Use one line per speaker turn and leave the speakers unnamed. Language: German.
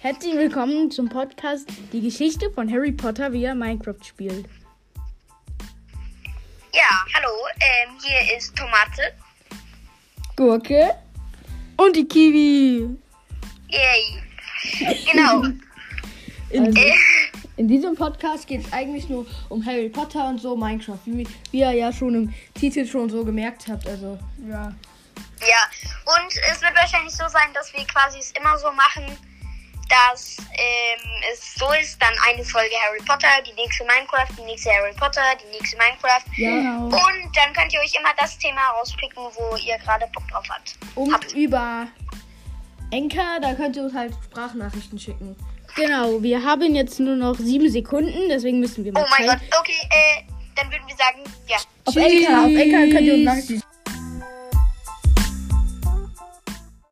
Herzlich willkommen zum Podcast Die Geschichte von Harry Potter, wie er Minecraft spielt.
Ja, hallo, ähm, hier ist Tomate.
Gurke und die Kiwi.
Yay. Genau.
In,
Äh,
Also, in diesem Podcast geht es eigentlich nur um Harry Potter und so Minecraft, wie, wie ihr ja schon im Titel schon so gemerkt habt. Also ja,
ja, und es wird wahrscheinlich so sein, dass wir quasi es immer so machen, dass ähm, es so ist, dann eine Folge Harry Potter, die nächste Minecraft, die nächste Harry Potter, die nächste Minecraft.
genau.
Und dann könnt ihr euch immer das Thema rauspicken, wo ihr gerade Bock drauf habt.
Und um über Enker, da könnt ihr uns halt Sprachnachrichten schicken. Genau, wir haben jetzt nur noch sieben Sekunden, deswegen müssen wir mal
Oh mein
Zeit-
Gott, okay, äh, dann würden wir sagen, ja.
Auf Enker, auf Enker könnt ihr uns Nachrichten